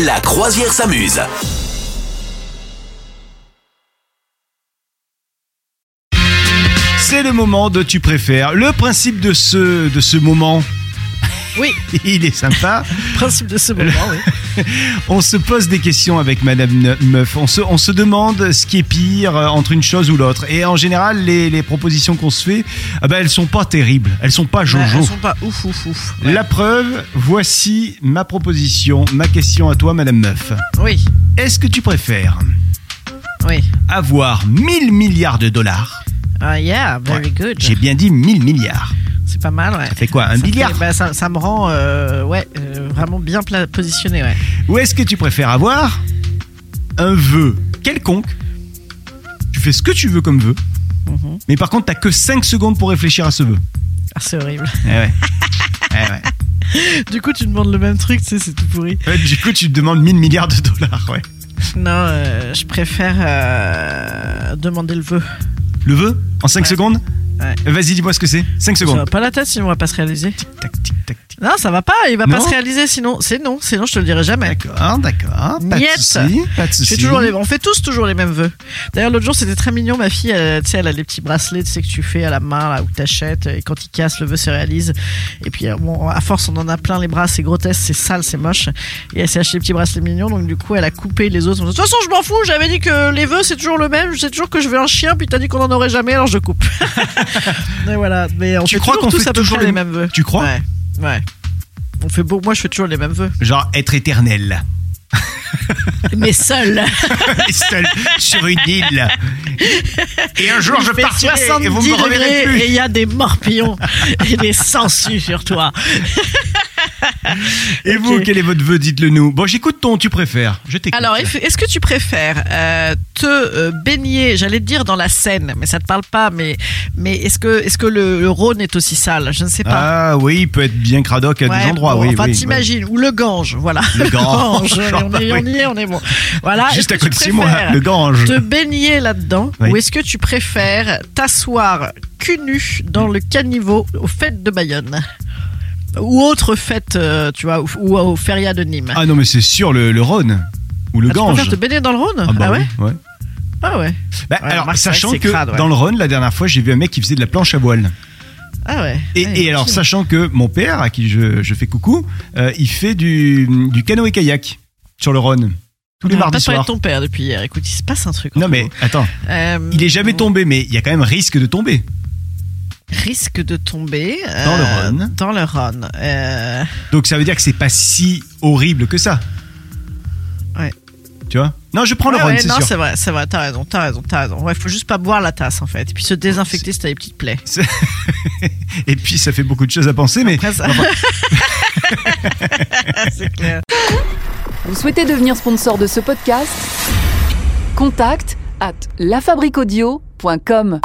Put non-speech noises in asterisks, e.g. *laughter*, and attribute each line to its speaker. Speaker 1: La croisière s'amuse.
Speaker 2: C'est le moment de tu préfères. Le principe de ce, de ce moment,
Speaker 3: Oui,
Speaker 2: *laughs* il est sympa.
Speaker 3: principe de ce moment, oui.
Speaker 2: On se pose des questions avec Madame Ne- Meuf. On se, on se demande ce qui est pire euh, entre une chose ou l'autre. Et en général, les, les propositions qu'on se fait, ah ben, elles sont pas terribles. Elles sont pas
Speaker 3: Bah,
Speaker 2: jojo.
Speaker 3: elles sont pas ouf, ouf, ouf. Ouais.
Speaker 2: La preuve, voici ma proposition, ma question à toi, Madame Meuf.
Speaker 3: Oui,
Speaker 2: Est-ce que tu préfères
Speaker 3: oui.
Speaker 2: avoir 1000 milliards de dollars
Speaker 3: Ah, yeah, very
Speaker 2: Ouais.
Speaker 3: good.
Speaker 2: J'ai bien dit 1000 milliards.
Speaker 3: C'est pas mal, ouais.
Speaker 2: Ça fait quoi Un
Speaker 3: Ça
Speaker 2: milliard
Speaker 3: fait- bah, ça, ça me rend euh, ouais, euh, vraiment bien pla- positionné, ouais.
Speaker 2: Ou est-ce que tu préfères avoir un vœu quelconque Tu fais ce que tu veux comme vœu,
Speaker 3: Mhm.
Speaker 2: mais par contre, t'as que 5 secondes pour réfléchir à ce
Speaker 3: *laughs*
Speaker 2: vœu.
Speaker 3: Ah, c'est horrible.
Speaker 2: Eh ouais. Eh ouais.
Speaker 3: *laughs* Du coup, tu demandes le même truc, tu sais, c'est tout pourri.
Speaker 2: Ouais, Du coup, tu te demandes 1000 milliards de dollars. Ouais.
Speaker 3: Non, euh, je préfère euh, demander le vœu.
Speaker 2: Le vœu En 5
Speaker 3: Ouais.
Speaker 2: secondes
Speaker 3: Ouais.
Speaker 2: Vas-y, dis-moi ce que c'est. 5
Speaker 3: Ça va
Speaker 2: secondes.
Speaker 3: pas la tête, sinon on va pas se réaliser.
Speaker 2: Tac, tic, tac, tic.
Speaker 3: Non, ça va pas, il va pas
Speaker 2: Non.
Speaker 3: se réaliser, sinon. C'est non, sinon je te le dirai jamais.
Speaker 2: D'accord, d'accord. Pas de
Speaker 3: Niette.
Speaker 2: souci. Pas de
Speaker 3: Je fais
Speaker 2: souci.
Speaker 3: toujours les- on fait tous toujours les mêmes vœux. D'ailleurs, l'autre jour, c'était très mignon. Ma fille, elle, tu sais, elle a les petits bracelets tu sais, que tu fais à la main, là, où t'achètes. Et quand il casse, le vœu se réalise. Et puis, euh, bon, à force, on en a plein les bras. C'est grotesque, c'est sale, c'est moche. Et elle s'est acheté les petits bracelets mignons. Donc, du coup, elle a coupé les autres. De toute façon, je m'en fous. J'avais dit que les vœux, c'est toujours le même. Je sais toujours que je veux un chien. Puis, t'as dit qu'on en aurait jamais. Alors, je coupe. *laughs* Mais voilà. Mais on
Speaker 2: Tu
Speaker 3: fait
Speaker 2: crois
Speaker 3: toujours
Speaker 2: qu'on
Speaker 3: tous
Speaker 2: fait
Speaker 3: à peu
Speaker 2: toujours
Speaker 3: près
Speaker 2: les
Speaker 3: les mêmes vœux.
Speaker 2: Tu crois
Speaker 3: Ouais. Ouais. On fait beau. Moi, je fais toujours les mêmes vœux.
Speaker 2: Genre être éternel.
Speaker 3: *laughs*
Speaker 2: *laughs*
Speaker 3: Mais seul.
Speaker 2: Et seul sur une île. Et un jour,
Speaker 3: Il
Speaker 2: je *laughs*
Speaker 3: fait
Speaker 2: partirai
Speaker 3: 70
Speaker 2: et vous me reverrez
Speaker 3: degrés
Speaker 2: plus.
Speaker 3: Et il y a
Speaker 2: *laughs*
Speaker 3: des morpions et des sangsues sur toi.
Speaker 2: Et vous,
Speaker 3: Ok.
Speaker 2: quel est votre vœu Dites-le nous. Bon, j'écoute ton tu préfères. Je t'écoute.
Speaker 3: Alors, eff- est-ce que tu préfères euh, te euh, baigner, j'allais te dire dans la Seine, mais ça te parle pas, mais, mais est-ce que, est que le, le Rhône est aussi sale Je ne sais pas.
Speaker 2: Ah oui, il peut être bien cradoc à
Speaker 3: Ouais,
Speaker 2: des endroits.
Speaker 3: bon,
Speaker 2: oui,
Speaker 3: enfin,
Speaker 2: oui,
Speaker 3: t'imagines, ou le Gange, voilà.
Speaker 2: Le
Speaker 3: *laughs*
Speaker 2: Gange,
Speaker 3: on,
Speaker 2: *laughs*
Speaker 3: est, on y est, on est bon. Voilà.
Speaker 2: Juste
Speaker 3: est-ce
Speaker 2: à
Speaker 3: que tu
Speaker 2: côté de chez moi,
Speaker 3: préfères
Speaker 2: le Gange.
Speaker 3: te baigner là-dedans
Speaker 2: Hmm. Oui.
Speaker 3: ou est-ce que tu préfères t'asseoir cul nu dans le caniveau aux fêtes de Bayonne ou autre fête, euh, tu vois, ou, ou au feria de Nîmes
Speaker 2: Ah non, mais c'est sûr, le, le Rhône. Ou le
Speaker 3: Ah, tu
Speaker 2: Gange.
Speaker 3: préfères te baigner dans le Rhône
Speaker 2: Ah, bah
Speaker 3: ouais,
Speaker 2: oui, ouais.
Speaker 3: ah ouais,
Speaker 2: Bah,
Speaker 3: Ouais,
Speaker 2: alors,
Speaker 3: remarque, c'est vrai
Speaker 2: sachant
Speaker 3: que c'est
Speaker 2: que
Speaker 3: crade, ouais.
Speaker 2: dans le Rhône, la dernière fois, j'ai vu un mec qui faisait de la planche à voile.
Speaker 3: ah ouais.
Speaker 2: Et,
Speaker 3: Ouais,
Speaker 2: et alors,
Speaker 3: ok.
Speaker 2: sachant que mon père, à qui je, je fais coucou, euh, il fait du, du canoë-kayak sur le Rhône. Tous les
Speaker 3: On a
Speaker 2: mardis
Speaker 3: Ah, pas parlé
Speaker 2: soirs.
Speaker 3: de ton père depuis hier. Écoute, il se passe un truc.
Speaker 2: Non,
Speaker 3: entre
Speaker 2: mais
Speaker 3: nous.
Speaker 2: attends,
Speaker 3: Euh,
Speaker 2: il est jamais tombé, mais il y a quand même risque de tomber.
Speaker 3: Risque de tomber
Speaker 2: Dans le
Speaker 3: euh,
Speaker 2: Rhône.
Speaker 3: Dans le Rhône. Euh,
Speaker 2: Donc ça veut dire que c'est pas si horrible que ça.
Speaker 3: Ouais.
Speaker 2: Tu vois Non, je prends le
Speaker 3: Ouais,
Speaker 2: Rhône,
Speaker 3: ouais,
Speaker 2: c'est
Speaker 3: non,
Speaker 2: sûr.
Speaker 3: c'est vrai, c'est vrai, t'as raison, t'as raison, t'as raison. Ouais, faut juste pas boire la tasse en fait. Et puis se désinfecter si t'as des petites plaies.
Speaker 2: Et puis ça fait beaucoup de choses à penser, mais
Speaker 3: Après ça. *laughs* c'est clair.
Speaker 4: Vous souhaitez devenir sponsor de ce podcast Contact à lafabriquaudio.com.